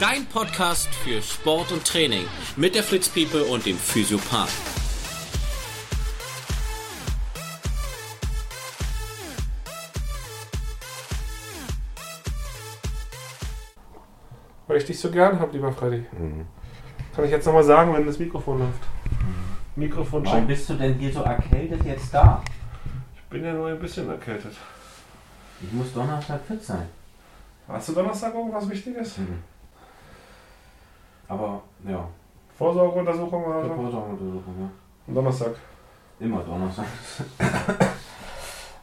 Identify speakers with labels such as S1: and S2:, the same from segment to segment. S1: dein Podcast für Sport und Training mit der Fritz People und dem Physiopath.
S2: Weil ich dich so gern habe, lieber Freddy.
S3: Mhm.
S2: Kann ich jetzt nochmal sagen, wenn das Mikrofon läuft. Mhm. Mikrofon
S3: Warum
S2: schickt.
S3: bist du denn hier so erkältet jetzt da?
S2: Ich bin ja nur ein bisschen erkältet.
S3: Ich muss Donnerstag fit sein.
S2: Hast du Donnerstag irgendwas Wichtiges?
S3: Mhm. Aber ja,
S2: Vorsorgeuntersuchung
S3: Also.
S2: oder so?
S3: Körperuntersuchung, ja.
S2: Am Donnerstag.
S3: Immer Donnerstag.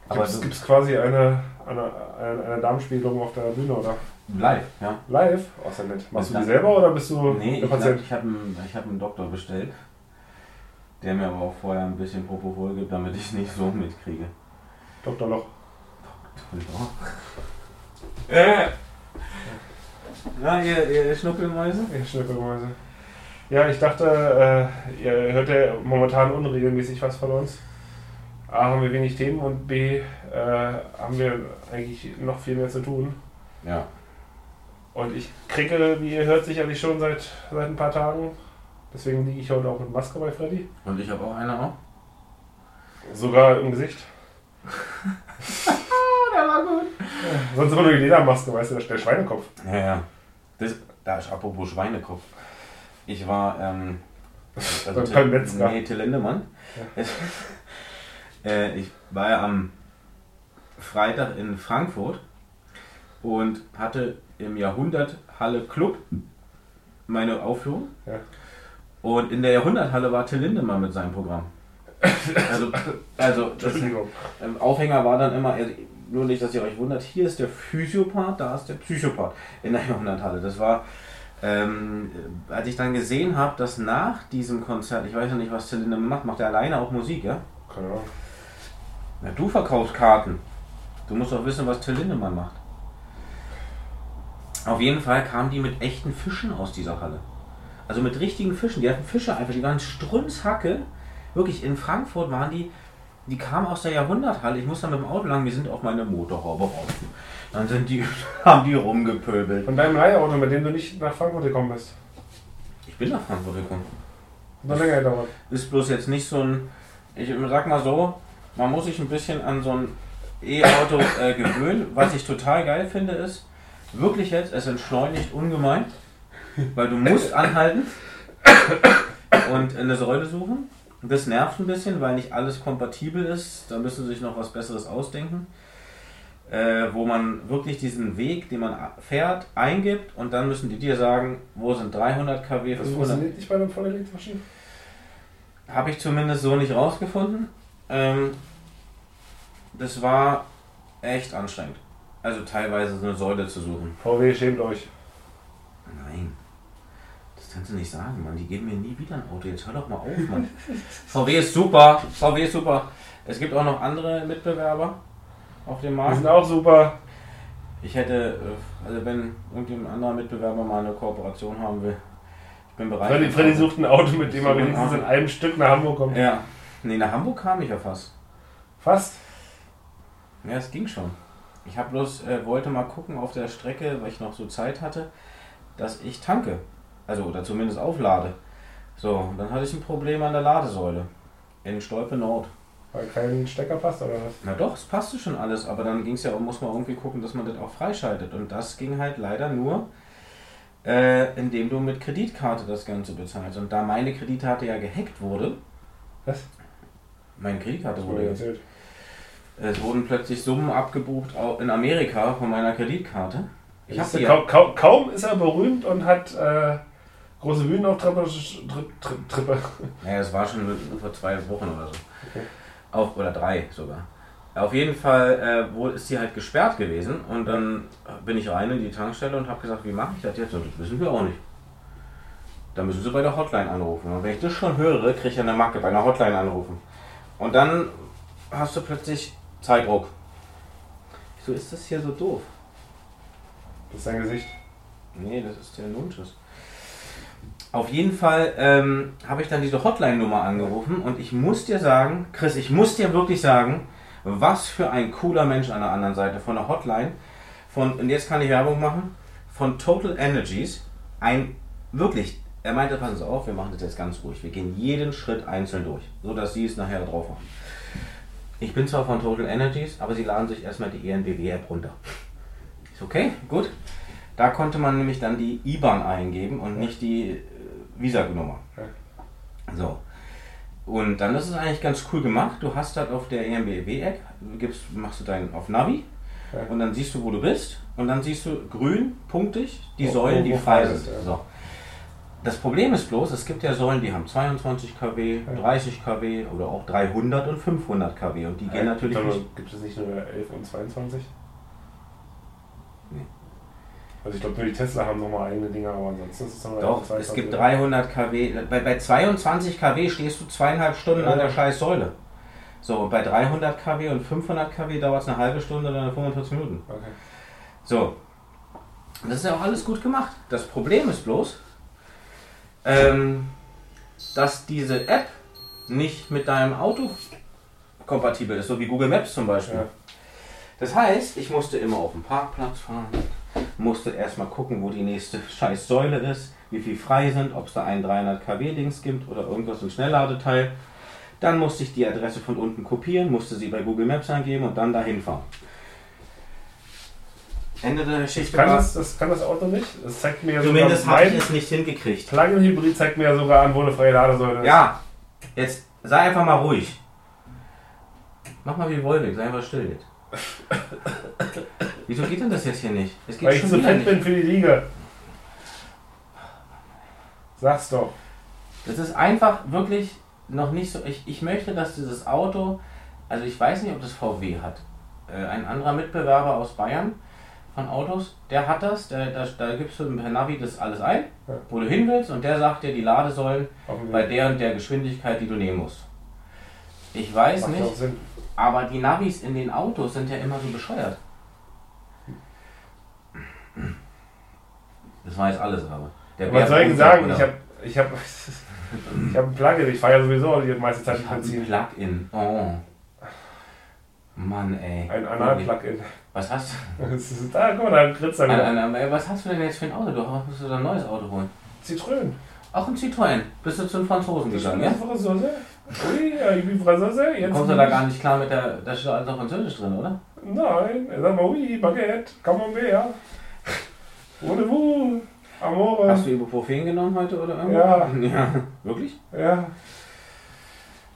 S3: Aber
S2: Gibt
S3: du,
S2: es quasi eine, eine, eine, eine Darmspiegelung auf der Bühne oder
S3: live, ja.
S2: live? Außer nett. Machst du die
S3: Danke.
S2: selber oder bist du
S3: Nee,
S2: der
S3: ich, hab-
S2: Patient?
S3: ich habe einen, ich hab einen Doktor bestellt, der mir aber auch vorher ein bisschen Propofol gibt, damit ich nicht so mitkriege.
S2: Dr. Loch.
S3: Toll, doch.
S2: Äh,
S3: Na, ihr, ihr Schnuckelmäuse?
S2: Ja, Schnüffelmäuse. Ja, ich dachte, äh, ihr hört ja momentan unregelmäßig was von uns. A, haben wir wenig Themen und B, äh, haben wir eigentlich noch viel mehr zu tun.
S3: Ja.
S2: Und ich kriege, wie ihr hört, sicherlich schon seit, seit ein paar Tagen. Deswegen liege ich heute auch mit Maske bei Freddy.
S3: Und ich habe auch eine auch.
S2: Sogar im Gesicht.
S3: Der war gut.
S2: Sonst immer nur die Ledermaske, weißt du, der Schweinekopf.
S3: Ja, ja. Das, da ist apropos Schweinekopf. Ich war, ähm, also
S2: Beim
S3: Till-
S2: Metzger.
S3: Nee, Till Lindemann. äh, ich war ja am Freitag in Frankfurt und hatte im Jahrhunderthalle Club meine Aufführung.
S2: Ja.
S3: Und in der Jahrhunderthalle war Till Lindemann mit seinem Programm. Also, also das,
S2: Entschuldigung.
S3: ähm, Aufhänger war dann immer, also, nur nicht, dass ihr euch wundert, hier ist der Physiopath, da ist der Psychopath in der Jahrhunderthalle. Das war, ähm, als ich dann gesehen habe, dass nach diesem Konzert, ich weiß ja nicht, was Till Lindemann macht, macht er alleine auch Musik, ja?
S2: Keine Ahnung.
S3: Na, du verkaufst Karten. Du musst doch wissen, was Till Lindemann macht. Auf jeden Fall kamen die mit echten Fischen aus dieser Halle. Also mit richtigen Fischen. Die hatten Fische einfach. Die waren strunzhacke. Wirklich, in Frankfurt waren die. Die kamen aus der Jahrhunderthalle. Ich muss dann mit dem Auto lang. Wir sind auf meine Motorhaube rauf. Dann sind die, haben die rumgepöbelt.
S2: Von deinem Leihauto, mit dem du nicht nach Frankfurt gekommen bist.
S3: Ich bin nach Frankfurt gekommen.
S2: Hat noch länger gedauert.
S3: ist bloß jetzt nicht so ein. Ich sag mal so, man muss sich ein bisschen an so ein E-Auto äh, gewöhnen. Was ich total geil finde, ist wirklich jetzt, es entschleunigt ungemein, weil du musst anhalten und eine Säule suchen. Das nervt ein bisschen, weil nicht alles kompatibel ist. Da müssen sie sich noch was Besseres ausdenken. Äh, wo man wirklich diesen Weg, den man a- fährt, eingibt und dann müssen die dir sagen, wo sind 300 kW,
S2: Das
S3: 500
S2: funktioniert nicht bei einem vollelektrischen.
S3: habe ich zumindest so nicht rausgefunden. Ähm, das war echt anstrengend. Also teilweise so eine Säule zu suchen.
S2: VW, schämt euch.
S3: Nein. Das kannst du nicht sagen, Mann. Die geben mir nie wieder ein Auto. Jetzt hör doch mal auf, Mann. VW ist super. VW ist super. Es gibt auch noch andere Mitbewerber auf dem
S2: Die
S3: Markt.
S2: sind auch super.
S3: Ich hätte, äh, also wenn irgendein anderer Mitbewerber mal eine Kooperation haben will, ich bin bereit.
S2: Freddy, Freddy sucht ein Auto, mit dem er
S3: So,
S2: wenigstens
S3: ah.
S2: in einem Stück nach Hamburg kommt.
S3: Ja. Nee, nach Hamburg kam ich ja fast.
S2: Fast.
S3: Ja, es ging schon. Ich habe bloß, äh, wollte mal gucken auf der Strecke, weil ich noch so Zeit hatte, dass ich tanke. Also, oder zumindest auflade. So, und dann hatte ich ein Problem an der Ladesäule. In Stolpe Nord.
S2: Weil kein Stecker passt oder was?
S3: Na doch, es passte schon alles, aber dann ging es ja, auch- muss man irgendwie gucken, dass man das auch freischaltet. Und das ging halt leider nur, äh, indem du mit Kreditkarte das Ganze bezahlst. Und da meine Kreditkarte ja gehackt wurde,
S2: Was?
S3: meine Kreditkarte
S2: Das
S3: wurde
S2: wurde
S3: gehackt.
S2: erzählt.
S3: Es wurden plötzlich Summen abgebucht auch in Amerika von meiner Kreditkarte. Ich hab
S2: Siehste,
S3: sie ja.
S2: kaum, kaum, kaum ist er berühmt und hat äh, große Bühnenauftritte. Tri, tri, Trippe.
S3: Naja, es war schon vor zwei Wochen oder so.
S2: Okay.
S3: Auf, oder drei sogar. Auf jeden Fall äh, wo ist sie halt gesperrt gewesen und dann bin ich rein in die Tankstelle und habe gesagt, wie mache ich das jetzt? Und das wissen wir auch nicht. Da müssen sie bei der Hotline anrufen. Und wenn ich das schon höre, kriege ich eine Macke bei einer Hotline anrufen. Und dann hast du plötzlich Zeitdruck. So ist das hier so doof.
S2: Das ist sein Gesicht.
S3: Nee, das ist der Nunches. Auf jeden Fall ähm, habe ich dann diese Hotline-Nummer angerufen und ich muss dir sagen, Chris, ich muss dir wirklich sagen, was für ein cooler Mensch an der anderen Seite von der Hotline. Von, und jetzt kann ich Werbung machen. Von Total Energies. ein wirklich, er meinte, passen Sie auf, wir machen das jetzt ganz ruhig. Wir gehen jeden Schritt einzeln durch, sodass Sie es nachher drauf haben. Ich bin zwar von Total Energies, aber Sie laden sich erstmal die E ENBW-App runter. Ist okay, gut. Da konnte man nämlich dann die IBAN eingeben und nicht die äh, Visa-Nummer. So. Und dann ist es eigentlich ganz cool gemacht. Du hast halt auf der EMBW-App, gibst, machst du deinen auf Navi
S2: Ja.
S3: und dann siehst du, wo du bist. Und dann siehst du grün, punktig, die
S2: Wo-
S3: Säulen,
S2: wo-
S3: die
S2: wo
S3: frei
S2: frei
S3: sind.
S2: sind, ja.
S3: So. Das Problem ist bloß, es gibt ja Säulen, die haben 22 kW, 30 kW oder auch 300 und 500 kW. Und die gehen natürlich
S2: Sag mal,
S3: nicht.
S2: Gibt es nicht nur 11 und 22?
S3: Nee.
S2: Also ich glaube, nur die Tesla haben nochmal eigene Dinger, aber ansonsten ist es dann
S3: Doch, es gibt 300 kW. Bei, bei 22 kW stehst du zweieinhalb Stunden
S2: Ja.
S3: an der scheiß Säule. So, und bei 300 kW und 500 kW dauert es eine halbe Stunde oder 45 Minuten.
S2: Okay.
S3: So, das ist ja auch alles gut gemacht. Das Problem ist bloß, ähm, dass diese App nicht mit deinem Auto kompatibel ist, so wie Google Maps zum Beispiel.
S2: Ja.
S3: Das heißt, ich musste immer auf den Parkplatz fahren, musste erstmal gucken, wo die nächste scheiß Säule ist, wie viel frei sind, ob es da einen 300 kW Dings gibt oder irgendwas im Schnellladeteil. Dann musste ich die Adresse von unten kopieren, musste sie bei Google Maps eingeben und dann dahin fahren. Ende der Geschichte
S2: Kann
S3: war-
S2: das, das kann das Auto nicht? Das zeigt mir ja
S3: Zumindest
S2: sogar
S3: habe ich
S2: mein
S3: es nicht hingekriegt.
S2: Plug-in-Hybrid zeigt mir ja sogar an, wo eine freie Ladesäule ist.
S3: Ja, jetzt sei einfach mal ruhig. Mach mal wie Wolwig, sei einfach still jetzt. Wieso geht denn das jetzt hier nicht? Es geht
S2: Weil ich
S3: schon
S2: zu
S3: wieder
S2: fett
S3: nicht.
S2: bin für die Liga. Sag's doch.
S3: Das ist einfach wirklich noch nicht so. Ich, ich möchte, dass dieses Auto, also ich weiß nicht, ob das VW hat. Äh, ein anderer Mitbewerber aus Bayern von Autos, der hat das. Der, da, da gibst du per Navi das alles ein,
S2: Ja.
S3: wo du hin willst, und der sagt dir die Ladesäulen
S2: Auf dem
S3: bei
S2: Weg.
S3: der und der Geschwindigkeit, die du nehmen musst. Ich weiß
S2: Macht ja auch
S3: nicht,
S2: Sinn.
S3: aber die Navis in den Autos sind ja immer so bescheuert. Das war jetzt alles, aber. Der
S2: Was
S3: Bär
S2: soll ich denn
S3: brummt,
S2: sagen?
S3: oder?
S2: Ich hab, ich hab, ich hab einen Plug-in. Ich fahre ja sowieso die meiste Zeit
S3: Ich
S2: mit
S3: hab ein
S2: Benzin.
S3: Plug-in. Oh. Mann, ey.
S2: Ein Anal-Plug-in.
S3: Was hast du?
S2: Das ist- Da, guck mal, da kritzt er
S3: Ein,
S2: wieder.
S3: ein, ey, was hast du denn jetzt für ein Auto? Du musst dir ein neues Auto holen.
S2: Zitronen.
S3: Auch ein Citroën. Bist du zu den Franzosen
S2: Ich
S3: gegangen,
S2: bin
S3: ja?
S2: Franzose. Ui, ja, ich bin Franzose.
S3: Du
S2: Jetzt
S3: kommst ja
S2: bin
S3: da
S2: ich-
S3: gar nicht klar mit der. Da steht alles auf Französisch drin, oder?
S2: Nein, sag mal, ui, Baguette, Camembert. Ohne Wu, Amore.
S3: Hast du Ibuprofen genommen heute oder
S2: Ja.
S3: irgendwas? Ja. ja. Wirklich?
S2: Ja.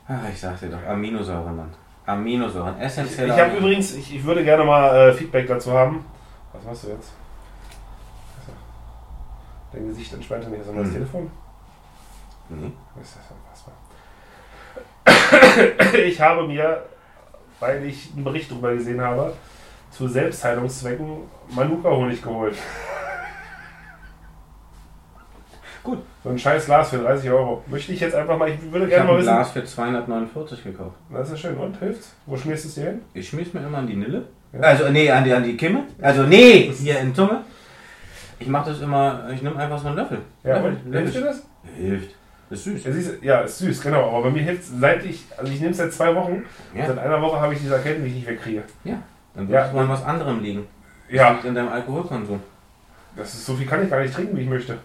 S3: Ach, ich sagte doch, Aminosäuren, Mann. Aminosäuren, essentiell.
S2: Ich habe übrigens, ich, ich würde gerne mal äh, Feedback dazu haben. Was machst du jetzt? Achso. Dein Gesicht entspannt nicht, sondern das
S3: Hm.
S2: Telefon.
S3: Nee.
S2: Ist das unfassbar. Ich habe mir, weil ich einen Bericht darüber gesehen habe, zu Selbstheilungszwecken Manuka-Honig geholt.
S3: Gut.
S2: So ein scheiß Glas für 30 Euro. Möchte ich jetzt einfach mal, ich würde
S3: Ich
S2: gerne
S3: habe
S2: mal
S3: ein
S2: wissen.
S3: Glas für 249 gekauft.
S2: Das ist ja schön. Und hilft's? Wo schmierst du es dir hin?
S3: Ich schmier's mir immer an die Nille.
S2: Ja.
S3: Also, nee, an die, an die Kimme. Also, nee, hier in Zunge. Ich mache das immer, ich nehme einfach so einen Löffel.
S2: Ja,
S3: Löffel,
S2: und? Hilft dir
S3: Löffel.
S2: das?
S3: Hilft. Ist süß.
S2: Ja, siehst, du, ja, ist süß, genau. Aber bei mir hilft seit ich, also ich nehme es seit zwei Wochen.
S3: Ja.
S2: Seit einer Woche habe ich diese Erkenntnis, die ich nicht wegkriege.
S3: Dann wird
S2: Ja.
S3: es mal an was anderem liegen. Das
S2: Ja,
S3: Liegt in deinem Alkoholkonsum.
S2: das ist so viel kann ich gar nicht trinken, wie ich möchte.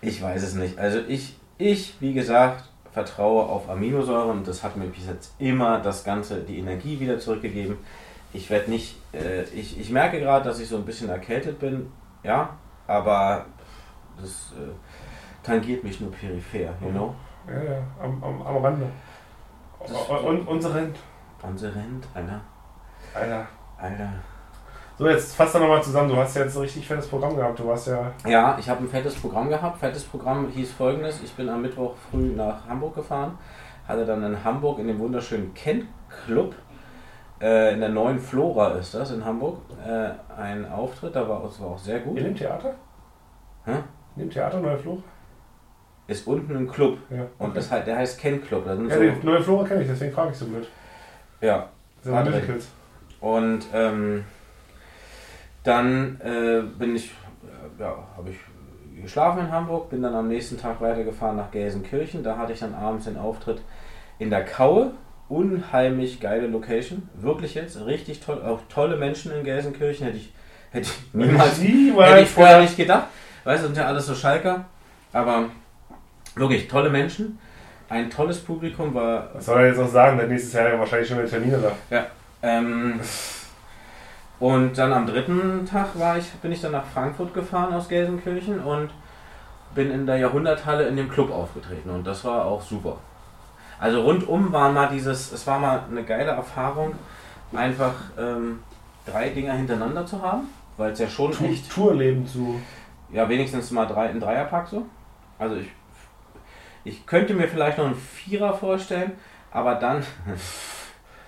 S3: Ich weiß es nicht. Also, ich, ich, wie gesagt, vertraue auf Aminosäuren. Das hat mir bis jetzt immer das Ganze, die Energie wieder zurückgegeben. Ich werde nicht, äh, ich, ich merke gerade, dass ich so ein bisschen erkältet bin, ja, aber das äh, tangiert mich nur peripher, you know.
S2: Ja, ja, am, am, am Rande.
S3: Das-
S2: Und, und unsere.
S3: Unser Rent, Alter.
S2: Alter.
S3: Alter.
S2: So, jetzt fass doch nochmal zusammen. Du hast ja jetzt ein richtig fettes Programm gehabt. Du warst ja.
S3: Ja, ich habe ein fettes Programm gehabt. Fettes Programm hieß folgendes: Ich bin am Mittwoch früh nach Hamburg gefahren, hatte dann in Hamburg in dem wunderschönen Kent Club, äh, in der neuen Flora ist das in Hamburg, äh, einen Auftritt. Da war es war auch sehr
S2: In
S3: gut.
S2: dem Theater?
S3: Hä?
S2: In dem Theater, Neue Flora?
S3: Ist unten ein Club
S2: Ja.
S3: und das, he- der heißt Kent Club. Da sind
S2: ja, genau. die
S3: so,
S2: Neue Flora kenne ich, deswegen frage ich so blöd.
S3: ja,
S2: Das sind
S3: Warte.
S2: Musicals.
S3: Und ähm, dann äh, bin ich, äh, ja, habe ich geschlafen in Hamburg, bin dann am nächsten Tag weitergefahren nach Gelsenkirchen. Da hatte ich dann abends den Auftritt in der Kaue. Unheimlich geile Location. Wirklich jetzt, richtig toll. Auch tolle Menschen in Gelsenkirchen. Hätte ich, Hätte ich niemals
S2: Niemals
S3: Hätte ich vorher
S2: gedacht.
S3: nicht gedacht. Weißt du, sind ja alles so Schalker. Aber wirklich tolle Menschen. Ein tolles Publikum war.
S2: Was soll er jetzt noch sagen? Der nächste Jahr hat er wahrscheinlich schon wieder Termine da.
S3: Ähm, und dann am dritten Tag war ich, bin ich dann nach Frankfurt gefahren aus Gelsenkirchen und bin in der Jahrhunderthalle in dem Club aufgetreten und das war auch super. Also rundum war mal dieses, es war mal eine geile Erfahrung, einfach ähm, drei Dinger hintereinander zu haben, weil es ja schon
S2: Tu-
S3: echt
S2: Tourleben zu.
S3: Ja, wenigstens mal drei, ein Dreierpack so. Also ich, ich könnte mir vielleicht noch einen Vierer vorstellen, aber dann.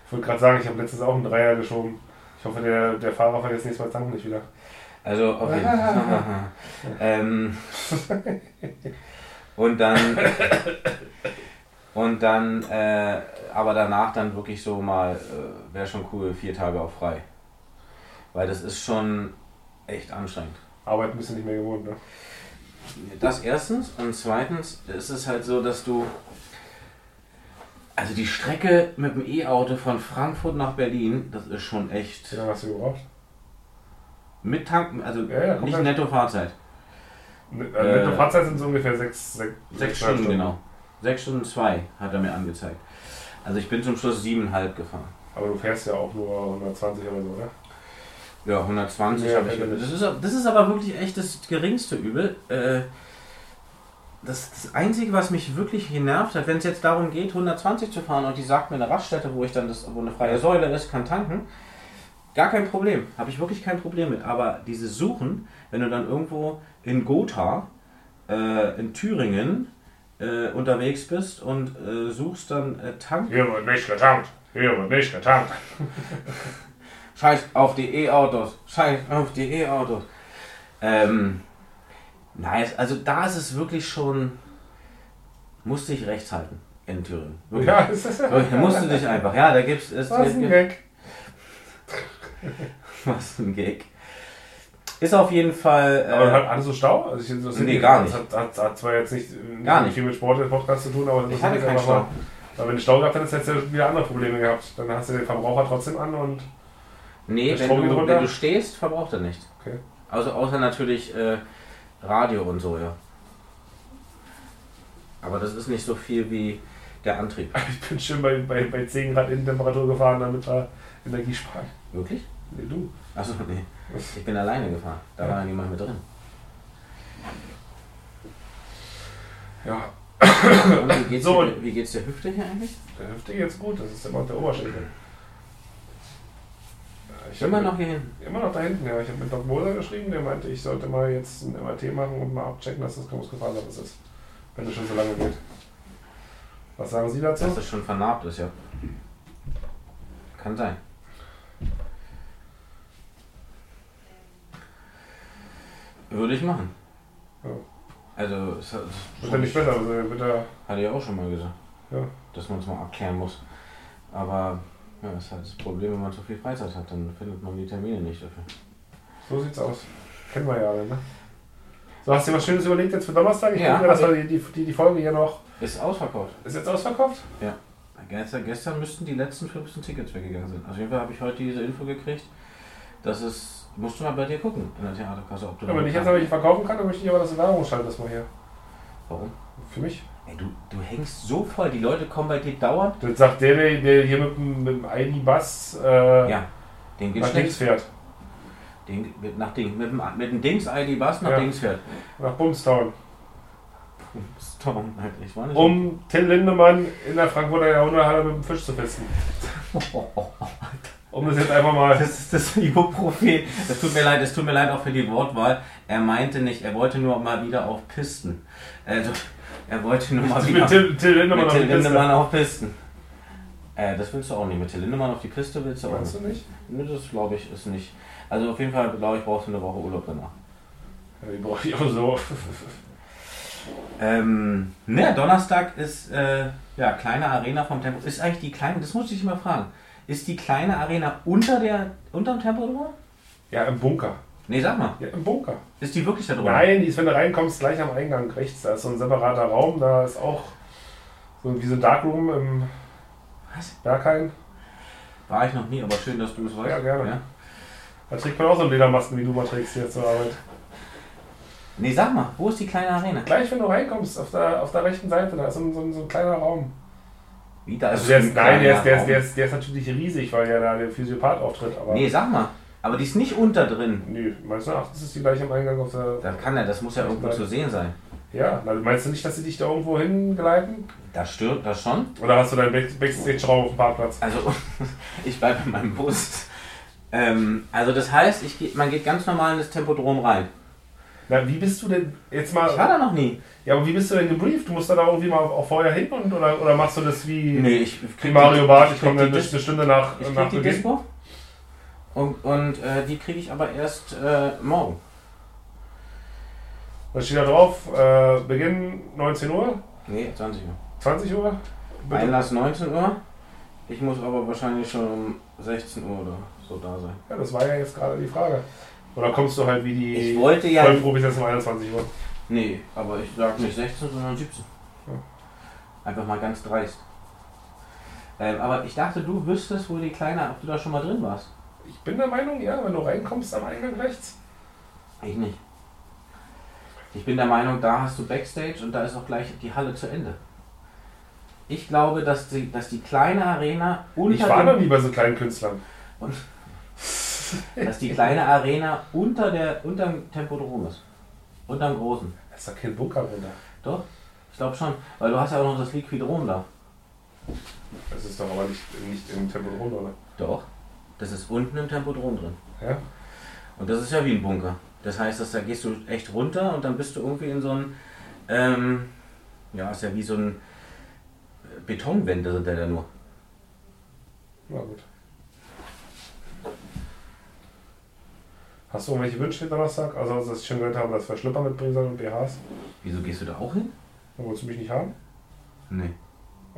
S2: Ich wollte gerade sagen, ich habe letztens auch einen Dreier geschoben. Ich hoffe, der, der Fahrer vergisst nächstes Mal tanken nicht wieder.
S3: Also auf jeden Fall. ähm, und dann. Und dann, äh, aber danach dann wirklich so mal, äh, wäre schon cool, vier Tage auch frei. Weil das ist schon echt anstrengend.
S2: Arbeit bist du nicht mehr gewohnt, ne?
S3: Das erstens und zweitens ist es halt so, dass du also die Strecke mit dem E-Auto von Frankfurt nach Berlin, das ist schon echt
S2: Wie lange hast du gebraucht?
S3: mit tanken, also
S2: Ja, ja,
S3: nicht
S2: komplett.
S3: netto Fahrzeit.
S2: Mit, äh, mit
S3: Äh,
S2: einer Fahrzeit sind es ungefähr sechs, sechs,
S3: Sechs Stunden, genau. Sechs Stunden zwei hat er mir angezeigt. Also ich bin zum Schluss siebeneinhalb gefahren.
S2: Aber du fährst ja auch nur 120 oder so, ne?
S3: Ja, 120
S2: Ja,
S3: habe ich.
S2: wenn du nicht-
S3: Das ist, das ist aber wirklich echt das geringste Übel. Äh, Das, das Einzige, was mich wirklich genervt hat, wenn es jetzt darum geht, 120 zu fahren und die sagt mir eine Raststätte, wo ich dann das, wo eine freie Säule ist, kann tanken, gar kein Problem. Habe ich wirklich kein Problem mit. Aber dieses Suchen, wenn du dann irgendwo in Gotha, äh, in Thüringen äh, unterwegs bist und äh, suchst dann äh, Tank.
S2: Hier wird nicht getankt. Hier wird nicht getankt.
S3: Scheiß auf die E-Autos. Scheiß auf die E-Autos. Ähm, nice. Also da ist es wirklich schon. Musste ich rechts halten in Thüringen. Wirklich.
S2: Ja, es ist ja.
S3: Wirklich, da musst du dich einfach. Ja, da gibt's es.
S2: Was ein
S3: gibt-
S2: Gag.
S3: Was ein Gag. Ist auf jeden Fall. Äh,
S2: Aber hat alles so Stau? Also ich interessiert
S3: Nee,
S2: mich.
S3: gar
S2: Das Hat, hat, hat zwar jetzt nicht, äh,
S3: Gar nicht.
S2: viel mit Sport im Podcast zu tun, aber das
S3: ich hatte
S2: ist
S3: keinen
S2: einfach mal-
S3: Stau.
S2: Weil wenn du Stau gehabt hättest, hättest du wieder andere Probleme gehabt. Dann hast du den Verbraucher trotzdem an und
S3: Nee,
S2: Der
S3: wenn
S2: Strom geht
S3: du, wenn
S2: runter?
S3: du stehst, verbraucht er nicht.
S2: Okay.
S3: Also außer natürlich äh, Radio und so, ja. Aber das ist nicht so viel wie der Antrieb.
S2: ich bin schön bei, bei, bei 10 Grad Innentemperatur gefahren, damit wir Energie sparen.
S3: Wirklich?
S2: Nee, du.
S3: Achso, nee. Ich bin alleine gefahren. Da war ja niemand mit drin.
S2: Ja,
S3: Und wie geht's,
S2: So,
S3: dir, wie geht's der Hüfte hier eigentlich?
S2: der Hüfte geht's gut, das ist immer der Oberschenkel. Ja, Ich
S3: Immer
S2: hab-
S3: noch hier hin.
S2: Immer noch da hinten, ja. Ich habe mit Doc Moser geschrieben, der meinte, ich sollte mal jetzt ein MRT machen und mal abchecken, dass das Großgefahrlos ist. Wenn es schon so lange geht. Was sagen Sie dazu?
S3: Dass das schon vernarbt ist, ja. Kann sein. Würde ich machen.
S2: Ja.
S3: Also, es hat-
S2: Wird er nicht besser, also wird er.
S3: hatte ich auch schon mal gesagt.
S2: Ja.
S3: Dass man es mal abklären muss. Aber ja, das ist halt das Problem, wenn man zu viel Freizeit hat, dann findet man die Termine nicht dafür.
S2: So sieht's aus. Kennen wir ja alle, ne? So, hast du dir was Schönes überlegt jetzt für Donnerstag? Ich
S3: Ja,
S2: denke, dass
S3: hab
S2: wir die, die, die Folge hier noch.
S3: Ist ausverkauft.
S2: Ist jetzt ausverkauft?
S3: Gestern, gestern müssten die letzten 15 Tickets weggegangen sein. Auf jeden Fall habe ich heute diese Info gekriegt, dass es. Musst du mal bei dir gucken in der Theaterkasse, ob du.
S2: Ja, wenn ich jetzt
S3: noch-
S2: aber nicht verkaufen kann, dann möchte ich aber, dass du Werbung schaltest mal hier.
S3: Warum?
S2: Für mich.
S3: Ey, du, du hängst so voll, die Leute kommen bei dir dauernd.
S2: Das sagt der, der- der hier mit dem, mit dem ID-Bus äh,
S3: Ja, den geht's
S2: nach links
S3: schlecht.
S2: fährt.
S3: Den, mit, nach Ding, mit, dem, mit dem Dings ID Bus nach
S2: Ja.
S3: Dings fährt.
S2: Nach Bumstown.
S3: Storm, Alter, Halt, ich war nicht.
S2: um Till Lindemann in der Frankfurter Jahrhunderthalle mit dem Fisch zu festen. Um das jetzt einfach mal.
S3: Das ist das Ibuprofen. Es tut mir leid, es tut mir leid auch für die Wortwahl. Er meinte nicht, er wollte nur mal wieder auf Pisten. Also, er wollte nur mal wieder
S2: mit Till, Till Lindemann
S3: mit
S2: auf die
S3: Till
S2: Piste.
S3: Lindemann auf Pisten. Äh, das willst du auch nicht. Mit Till Lindemann auf die Piste willst du auch
S2: Meinst
S3: nicht.
S2: du nicht?
S3: Nee, das glaube ich ist nicht. Also auf jeden Fall glaube ich brauchst du eine Woche Urlaub danach.
S2: Ja, die brauche ich auch so.
S3: Ähm, ne, Donnerstag ist äh, ja kleine Arena vom Tempo. Ist eigentlich die kleine? Das muss ich mal fragen. Ist die kleine Arena unter der unterm Tempo drüber?
S2: Ja, im Bunker.
S3: Nee, sag mal.
S2: Ja, im Bunker.
S3: Ist die wirklich da drüber?
S2: Nein, die ist, wenn du reinkommst, gleich am Eingang rechts. Da ist so ein separater Raum. Da ist auch so wie so ein Darkroom im
S3: Was?
S2: Berghain.
S3: War ich noch nie, aber schön, dass du es weißt.
S2: Ja, gerne. Da trägt man Also auch so einen Ledermasten, wie du mal trägst hier zur Arbeit.
S3: Nee, sag mal, wo ist die kleine Arena?
S2: Gleich, wenn du reinkommst, auf der, auf der rechten Seite, da ist so ein, so ein, so ein kleiner Raum.
S3: Wie, da
S2: Also der
S3: ein
S2: ist, nein, der ist, der,
S3: kleiner
S2: ist, der,
S3: Raum.
S2: ist, der ist natürlich riesig, weil ja da der Physiopath auftritt, aber.
S3: Nee, sag mal, aber die ist nicht unter drin.
S2: Nö, meines Erachtens ist die gleich am Eingang auf der.
S3: Da kann er, das muss ja irgendwo zu sehen sein.
S2: Ja, also meinst du nicht, dass sie dich da irgendwo hingeleiten?
S3: Da stört das schon.
S2: Oder hast du deinen Back- Backstage-Raum auf dem Parkplatz?
S3: Also, ich bleibe bei meinem Bus. Ähm, also das heißt, ich geh, man geht ganz normal in das Tempodrom rein.
S2: Na, wie bist du denn jetzt
S3: Ich war
S2: mal.
S3: da noch nie.
S2: Ja, aber wie bist du denn gebrieft? Du musst da, da irgendwie mal auch vorher hin und, oder, oder machst du das wie
S3: Nee, ich krieg die-
S2: Mario Barth? Ich
S3: krieg
S2: komme
S3: die
S2: dann eine
S3: Dis-
S2: Stunde nach.
S3: Ich
S2: nach
S3: krieg die
S2: Beginn?
S3: Dispo und, und äh, die kriege ich aber erst äh, morgen.
S2: Da steht da drauf, äh, Beginn 19 Uhr,
S3: Nee, 20 Uhr.
S2: 20 Uhr. Bitte.
S3: Einlass 19 Uhr. Ich muss aber wahrscheinlich schon um 16 Uhr oder so da sein.
S2: Ja, das war ja jetzt gerade die Frage. Oder kommst du halt wie die
S3: Ich wollte ja.
S2: Vollprofis jetzt um 21 Uhr?
S3: Nee, aber ich sag nicht 16, sondern 17.
S2: Hm.
S3: Einfach mal ganz dreist. Ähm, aber ich dachte, du wüsstest, wo die Kleine, ob du da schon mal drin warst.
S2: Ich bin der Meinung, ja, wenn du reinkommst am Eingang rechts.
S3: Ich nicht. Ich bin der Meinung, da hast du Backstage und da ist auch gleich die Halle zu Ende. Ich glaube, dass die, dass die kleine Arena unter
S2: Ich war noch
S3: dem,
S2: nie bei so kleinen Künstlern.
S3: dass die kleine Arena unter der unter dem Tempodrom ist. Unter dem großen.
S2: Das ist doch kein Bunker runter.
S3: Doch? Ich glaube schon, weil du hast ja auch noch das Liquidrom da.
S2: Das ist doch aber nicht, nicht im Tempodrom, oder?
S3: Doch. Das ist unten im Tempodrom drin.
S2: Ja?
S3: Und das ist ja wie ein Bunker. Das heißt, dass da gehst du echt runter und dann bist du irgendwie in so einem, ähm, ja, ist ja wie so ein äh, Betonwände sind da ja nur.
S2: Na gut. Hast du irgendwelche Wünsche für Donnerstag? Also, dass ich schon gehört habe, dass wir Schlüpper mitbringen sollen und BHs.
S3: Wieso gehst du da auch hin?
S2: Dann wolltest du mich nicht haben?
S3: Nee.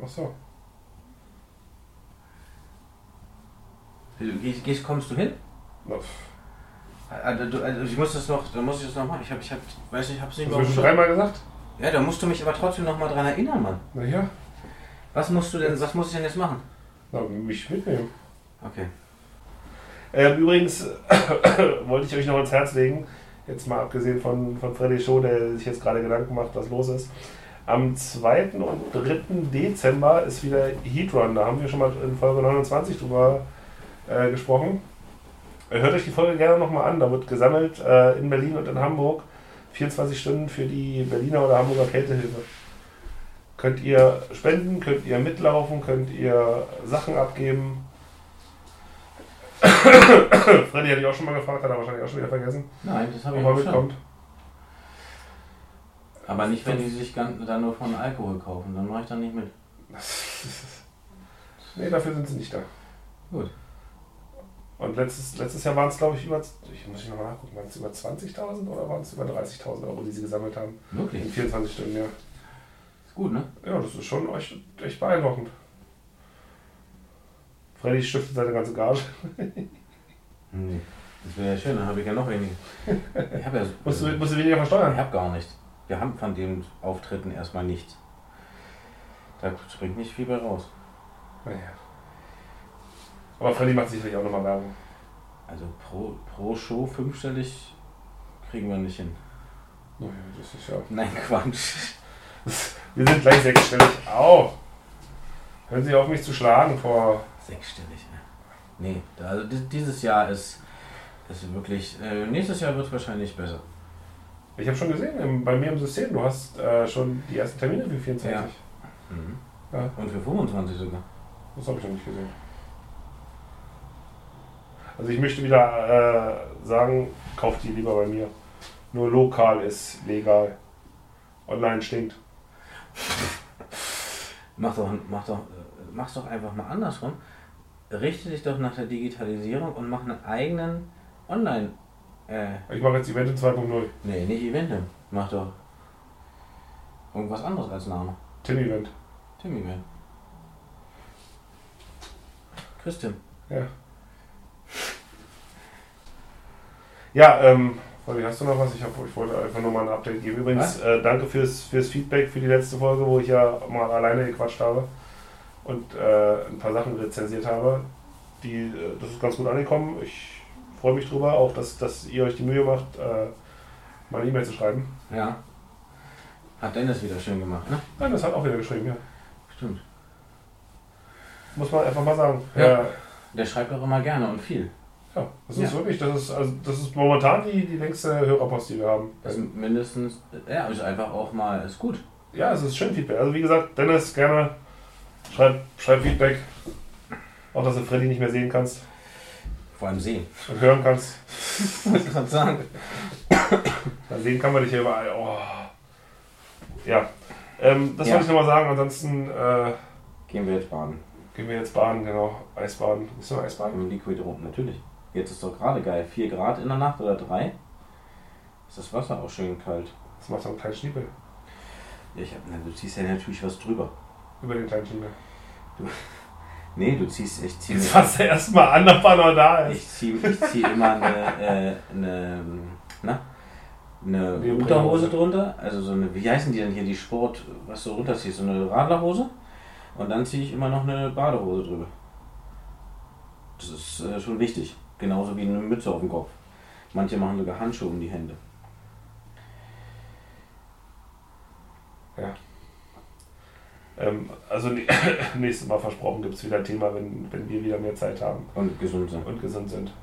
S2: Ach so.
S3: Du gehst, gehst, kommst du hin?
S2: Na, pff.
S3: Also, du, also ich muss das noch, dann muss ich das noch machen. Ich hab, ich hab, weiß nicht, ich hab's nicht
S2: Das
S3: mehr.
S2: habe ich schon
S3: auf dem
S2: dreimal gesagt.
S3: Schirm. Ja, da musst du mich aber trotzdem noch mal dran erinnern, Mann.
S2: Na ja,
S3: Was musst du denn, was muss ich denn jetzt machen?
S2: na, mich mitnehmen.
S3: Okay.
S2: Ähm, übrigens wollte ich euch noch ans Herz legen, jetzt mal abgesehen von, von Freddy Show, der sich jetzt gerade Gedanken macht, was los ist. Am 2. und 3. Dezember ist wieder Heatrun. Da haben wir schon mal in Folge 29 drüber äh, gesprochen. Hört euch die Folge gerne nochmal an. Da wird gesammelt äh, in Berlin und in Hamburg 24 Stunden für die Berliner oder Hamburger Kältehilfe. Könnt ihr spenden, könnt ihr mitlaufen, könnt ihr Sachen abgeben. Freddy hatte ich auch schon mal gefragt, hat er wahrscheinlich auch schon wieder vergessen,
S3: Nein, das habe
S2: ob
S3: ich
S2: er
S3: nicht schon.
S2: mitkommt.
S3: Aber nicht, wenn die sich ganz, dann nur von Alkohol kaufen, dann mache ich da nicht mit.
S2: nee, dafür sind sie nicht da.
S3: Gut.
S2: Und letztes, letztes Jahr waren es, glaube ich, über, ich muss nochmal nachgucken, waren es über 20.000 oder waren es über 30.000 Euro, die sie gesammelt haben? In
S3: Wirklich?
S2: 24 Stunden, ja.
S3: Ist gut, ne?
S2: Ja, das ist schon echt, echt beeindruckend. Freddy stiftet seine ganze Gage.
S3: Nee. Das wäre ja schön, dann habe ich ja noch weniger. Ich habe ja so,
S2: Musst du,
S3: ich
S2: musst du weniger versteuern.
S3: habe gar nichts. Wir haben von den Auftritten erstmal nichts. Da springt nicht viel bei raus.
S2: Naja. Aber Freddy macht sicherlich auch nochmal Werbung.
S3: Also pro, pro Show fünfstellig kriegen wir nicht hin.
S2: Naja, das ist Oh ja.
S3: Nein, Quatsch.
S2: Wir sind gleich sechsstellig. Au! Hören Sie auf, mich zu schlagen vor.
S3: Sechsstellig, ne? Nee, da- also di- dieses Jahr ist, ist wirklich. Äh, nächstes Jahr wird es wahrscheinlich besser.
S2: Ich habe schon gesehen, im, bei mir im System, du hast äh, schon die ersten Termine für 24.
S3: Mhm.
S2: Ja.
S3: Und für 25 sogar.
S2: Das habe ich noch nicht gesehen. Also ich möchte wieder äh, sagen, kauft die lieber bei mir. Nur lokal ist legal. Online stinkt.
S3: Mach doch, mach doch, äh, mach's doch einfach mal andersrum. Richte dich doch nach der Digitalisierung und mach einen eigenen Online. Äh,
S2: Ich mache jetzt Event 2.0.
S3: nee, nicht Event. Mach doch irgendwas anderes als Name.
S2: Tim Event.
S3: Tim Event. Christian.
S2: Ja, ähm, Olli, hast du noch was? Ich, hab, ich wollte einfach nur mal ein Update geben. Übrigens, äh, danke fürs, fürs Feedback für die letzte Folge, wo ich ja mal alleine gequatscht habe und äh, ein paar Sachen rezensiert habe. Die, äh, das ist ganz gut angekommen. Ich freue mich drüber, auch dass, dass ihr euch die Mühe macht, äh, mal eine E-Mail zu schreiben.
S3: Ja. Hat Dennis wieder schön gemacht, ne?
S2: Nein, das hat auch wieder geschrieben, ja.
S3: Stimmt.
S2: Muss man einfach mal sagen.
S3: Ja.
S2: Ja,
S3: Der schreibt auch immer gerne und viel.
S2: ja das
S3: Ja.
S2: ist wirklich, das ist, also, das ist momentan die, die längste Hörerpost, die wir haben.
S3: Das ist mindestens, ja, ist einfach auch mal, ist gut.
S2: Ja, es ist schön Feedback. Also wie gesagt, Dennis, gerne schreib, schreib Feedback. Auch dass du Freddy nicht mehr sehen kannst
S3: Vor allem sehen.
S2: und hören kannst.
S3: Wollte gerade sagen.
S2: Dann sehen kann man dich ja überall. Oh. Ja. Ähm, das
S3: Ja.
S2: wollte ich nochmal sagen. Ansonsten äh,
S3: Gehen wir jetzt baden.
S2: gehen wir jetzt baden, genau. Eisbaden. Ist noch Eisbaden?
S3: Im Liquid rum, natürlich. Jetzt ist doch gerade geil. 4 Grad in der Nacht oder 3. Ist das Wasser auch schön kalt.
S2: Das macht so einen kleinen Schniepel.
S3: Ja, ich hab, na, du ziehst ja natürlich was drüber.
S2: Über den kleinen Schniepel.
S3: Nee, du ziehst, ich zieh,
S2: Jetzt fasst er erstmal an, ob er noch da ist.
S3: ich zieh, ich zieh immer eine, äh, eine, na, eine
S2: Neoprenhose.
S3: Unterhose drunter. Also so eine, wie heißen die denn hier, die Sport, was du runterziehst, so eine Radlerhose. Und dann ziehe ich immer noch eine Badehose drüber. Das ist äh, schon wichtig. Genauso wie eine Mütze auf dem Kopf. Manche machen sogar Handschuhe um die Hände.
S2: Ähm, also nä- nächstes Mal versprochen gibt es wieder ein Thema, wenn, wenn wir wieder mehr Zeit haben
S3: Und gesund sein.
S2: und gesund sind.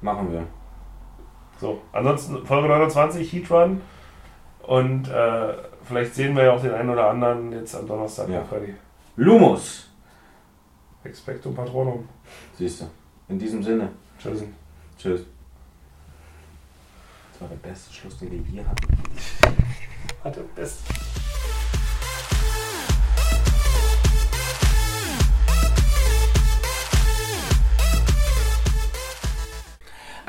S3: Machen wir.
S2: So, ansonsten Folge 29, Heatrun. Und äh, vielleicht sehen wir ja auch den einen oder anderen jetzt am Donnerstag
S3: Ja.
S2: bei Freddy.
S3: Lumos!
S2: Expectum Patronum.
S3: Siehst du. In diesem Sinne.
S2: Tschüss.
S3: Tschüss. Das war der beste Schluss, den wir je hatten.
S2: Hatte best.